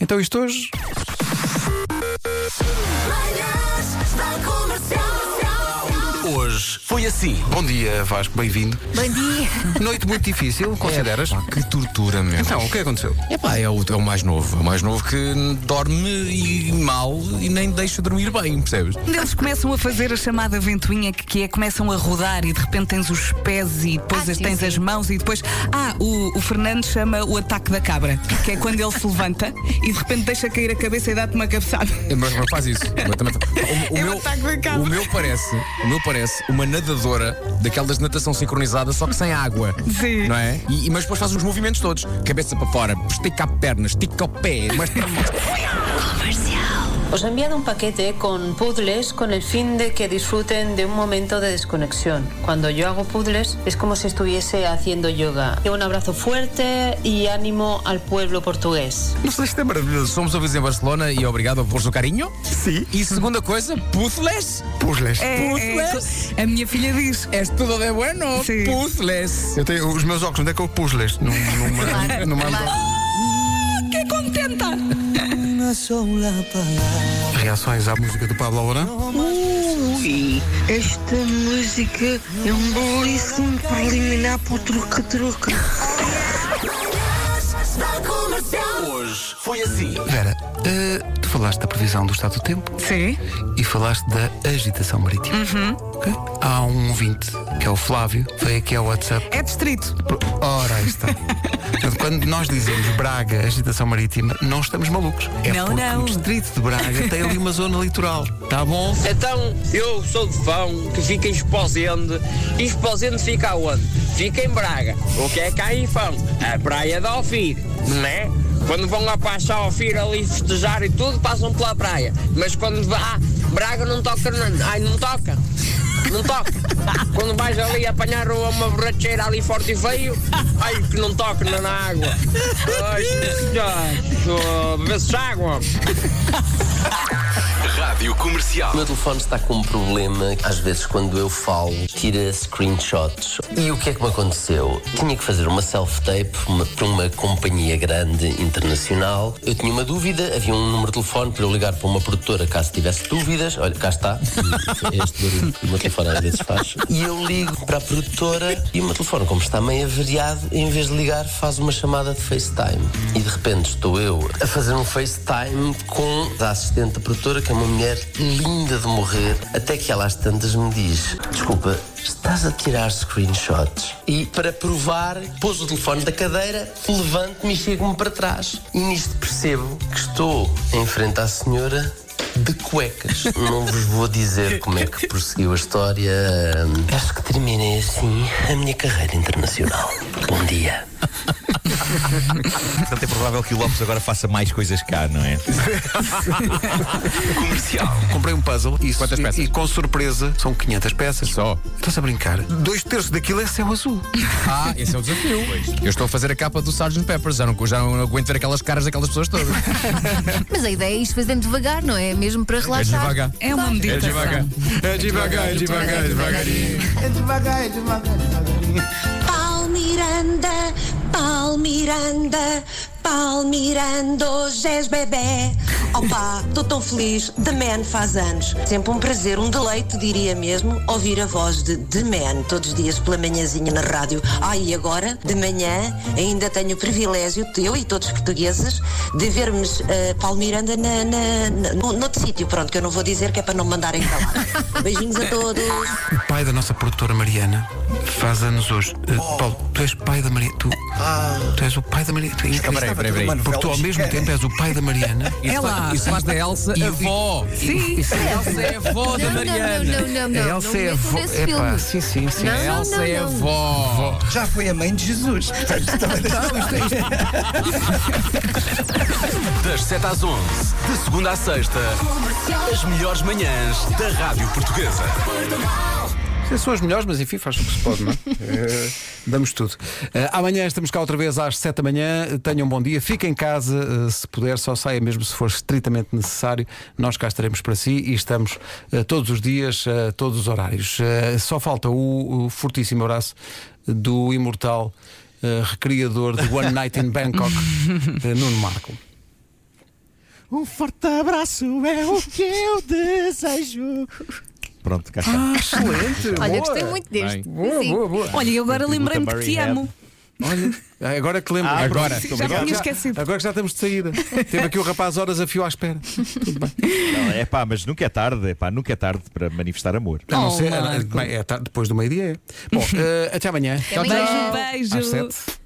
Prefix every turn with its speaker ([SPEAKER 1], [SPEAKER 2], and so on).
[SPEAKER 1] Então isto hoje.
[SPEAKER 2] Manhãs da Comercial.
[SPEAKER 3] Hoje foi assim.
[SPEAKER 1] Bom dia, Vasco, bem-vindo.
[SPEAKER 2] Bom dia.
[SPEAKER 1] Noite muito difícil, consideras?
[SPEAKER 3] É, Pá, que tortura mesmo.
[SPEAKER 1] Então, o que aconteceu?
[SPEAKER 3] É pá, é o, é o mais novo. É o mais novo que dorme e mal e nem deixa dormir bem, percebes?
[SPEAKER 4] Quando Eles começam a fazer a chamada ventoinha que, que é, começam a rodar e de repente tens os pés e depois
[SPEAKER 2] Ah,
[SPEAKER 4] as-
[SPEAKER 2] sim,
[SPEAKER 4] tens
[SPEAKER 2] sim.
[SPEAKER 4] as mãos e depois. Ah, o, o Fernando chama o ataque da cabra, que é quando ele se levanta e de repente deixa cair a cabeça e dá-te uma cabeçada.
[SPEAKER 3] É, Mas não faz isso. Mas também faz- O, o
[SPEAKER 4] É o
[SPEAKER 3] meu,
[SPEAKER 4] ataque da cabra.
[SPEAKER 3] o meu parece, o meu parece uma nadadora daquelas de natação sincronizada, só que sem água.
[SPEAKER 4] Sim.
[SPEAKER 3] Não é? E, e- mas depois faz os movimentos todos. Cabeça para fora, estica a perna, estica o pé, mas
[SPEAKER 5] Os ha enviado un paquete con puzzles con el fin de que disfruten de un momento de desconexión. Cuando yo hago puzzles es como si estuviese haciendo yoga. Un abrazo fuerte y ánimo al pueblo portugués.
[SPEAKER 3] Não sei se isto é maravilhoso. Somos ouvidos em Barcelona e obrigado por seu carinho. Sim. E segunda coisa, puzzles.
[SPEAKER 1] Puzzles.
[SPEAKER 4] É, é-
[SPEAKER 3] Puzzles.
[SPEAKER 4] a minha filha diz.
[SPEAKER 3] És tudo de bueno.
[SPEAKER 4] Sim.
[SPEAKER 3] Puzzles.
[SPEAKER 1] Eu tenho os meus óculos, onde é que eu puzzles? Num- Numa, numa,
[SPEAKER 4] Que contenta!
[SPEAKER 1] Reações à música do Pablo Alborán?
[SPEAKER 6] Ui, esta música é um belíssimo preliminar para o truque-truque.
[SPEAKER 2] Manhãs da Comercial.
[SPEAKER 1] Vera, eh, tu falaste da previsão do estado do tempo
[SPEAKER 4] Sim.
[SPEAKER 1] e falaste da agitação marítima.
[SPEAKER 4] Uhum.
[SPEAKER 1] Ok? Há um ouvinte, que é o Flávio, veio aqui ao WhatsApp.
[SPEAKER 4] É distrito.
[SPEAKER 1] Pro- Ora, aí está. Portanto, quando nós dizemos Braga, agitação marítima, não estamos malucos. É
[SPEAKER 4] Não,
[SPEAKER 1] porque
[SPEAKER 4] não.
[SPEAKER 1] o distrito de Braga tem ali uma zona litoral. Tá bom?
[SPEAKER 7] Então, eu sou de Fão, que fica em Esposende. E Esposende fica onde? Fica em Braga. O que é cá em Fão? A Praia de Alfir, não é? Quando vão lá para a Alfir ali festejar e tudo, passam pela praia. Mas quando vá, ah, Braga não toca, não, ai, não toca. Não toca. Quando vais ali apanhar uma borracheira ali forte e feio, ai que não toca na, na água. Ai, senhor, bebesse água.
[SPEAKER 8] O meu telefone está com um problema. Às vezes, quando eu falo, tira screenshots. E o que é que me aconteceu? Tinha que fazer uma self-tape uma- para uma companhia grande internacional. Eu tinha uma dúvida, havia um número de telefone para eu ligar para uma produtora caso tivesse dúvidas. Olha, cá está. É Este barulho que o meu telefone às vezes faz. E eu ligo para a produtora e o meu telefone, como está meio avariado, em vez de ligar, faz uma chamada de FaceTime. E de repente estou eu a fazer um FaceTime com a assistente da produtora, que é uma mulher linda de morrer, até que ela às tantas me diz: Desculpa, estás a tirar screenshots? E para provar, pôs o telefone da cadeira, levanto-me e chego-me para trás. E nisto percebo que estou em frente à senhora de cuecas. Não vos vou dizer como é que prosseguiu a história. Hum, Acho que terminei assim a minha carreira internacional. Bom dia.
[SPEAKER 9] Portanto, é provável que o Lopes agora faça mais coisas cá, não é?
[SPEAKER 1] Comprei um puzzle e,
[SPEAKER 3] Quantas
[SPEAKER 1] e-
[SPEAKER 3] peças?
[SPEAKER 1] e com surpresa são 500 peças.
[SPEAKER 3] Só?
[SPEAKER 1] Estás a brincar?
[SPEAKER 4] Uhum.
[SPEAKER 1] Dois terços daquilo é céu azul.
[SPEAKER 3] Ah, esse é o desafio. Eu estou a fazer a capa do Sgt. Pepper. Já não, já não aguento ver aquelas caras daquelas pessoas todas.
[SPEAKER 10] Mas a ideia é isto fazendo devagar, não é? Mesmo para
[SPEAKER 3] É
[SPEAKER 10] relaxar.
[SPEAKER 3] devagar.
[SPEAKER 4] É uma
[SPEAKER 3] É
[SPEAKER 4] meditação.
[SPEAKER 3] devagar, é devagar, é devagarinho.
[SPEAKER 2] Paulo Miranda, Paulo Miranda, Paulo Miranda, hoje és bebê. Opa, estou tão feliz. The Man faz anos. Sempre um prazer, um deleite, diria mesmo, ouvir a voz de The Man todos os dias pela manhãzinha na rádio. Ah, e agora, de manhã, ainda tenho o privilégio, eu e todos os portugueses, de vermos eh, Paulo Miranda na, na, na, no- noutro sítio. Pronto, que eu não vou dizer, que é para não me mandarem calar. Beijinhos a todos.
[SPEAKER 1] O pai da nossa produtora Mariana faz anos hoje. Eh, Paulo, tu és pai da Mariana. Tu, tu és o pai da Mariana. Tu- é
[SPEAKER 3] peraí, peraí, peraí.
[SPEAKER 1] Porque tu ao mesmo tempo és o pai da Mariana.
[SPEAKER 3] Isso faz- Isso faz da Elsa avó.
[SPEAKER 4] Sim.
[SPEAKER 3] A Elsa é avó da
[SPEAKER 10] Não, não, não,
[SPEAKER 3] Mariana.
[SPEAKER 10] não, não,
[SPEAKER 1] A
[SPEAKER 10] não.
[SPEAKER 1] Elsa
[SPEAKER 10] não
[SPEAKER 1] é
[SPEAKER 10] metam
[SPEAKER 1] avó.
[SPEAKER 10] nesse
[SPEAKER 1] Epá,
[SPEAKER 10] filme.
[SPEAKER 1] sim, sim, sim.
[SPEAKER 10] Não,
[SPEAKER 3] A Elsa é
[SPEAKER 10] não, não.
[SPEAKER 3] avó.
[SPEAKER 6] Já foi a mãe de Jesus.
[SPEAKER 9] Das 7 às 11, de segunda à sexta, as melhores manhãs da Rádio Portuguesa.
[SPEAKER 1] Sim, São as melhores, mas enfim, faz o que se pode, não é? Eh, Damos tudo. Eh, amanhã estamos cá outra vez às 7 da manhã. Tenham um bom dia. Fiquem em casa, eh, se puder, só saia mesmo se for estritamente necessário. Nós cá estaremos para si e estamos eh, todos os dias, a todos os horários. Eh, só falta o, o fortíssimo abraço do imortal eh, recriador de One Night in Bangkok, eh, Nuno Marco.
[SPEAKER 11] Um forte abraço é o que eu desejo. Pronto, cá está.
[SPEAKER 1] Ah, excelente!
[SPEAKER 10] Olha,
[SPEAKER 1] boa.
[SPEAKER 10] gostei muito deste.
[SPEAKER 1] Bem. Boa,
[SPEAKER 10] Sim.
[SPEAKER 1] boa, boa.
[SPEAKER 4] Olha, e
[SPEAKER 11] Tributo a
[SPEAKER 4] agora lembrei-me que te
[SPEAKER 11] Murray
[SPEAKER 4] amo.
[SPEAKER 1] Olha, agora que lembro.
[SPEAKER 11] Ah,
[SPEAKER 1] agora,
[SPEAKER 11] pronto, já
[SPEAKER 4] tinha esquecido.
[SPEAKER 1] agora que já estamos de saída. Teve aqui o rapaz horas a fio à espera.
[SPEAKER 11] É pá, mas nunca é tarde, é pá, nunca é tarde para manifestar amor.
[SPEAKER 1] A não ser, é, é, é, tá- depois do meio-dia é. Bom, eh, até amanhã.
[SPEAKER 10] Até amanhã.
[SPEAKER 1] Às
[SPEAKER 4] Beijo, beijo.
[SPEAKER 1] sete.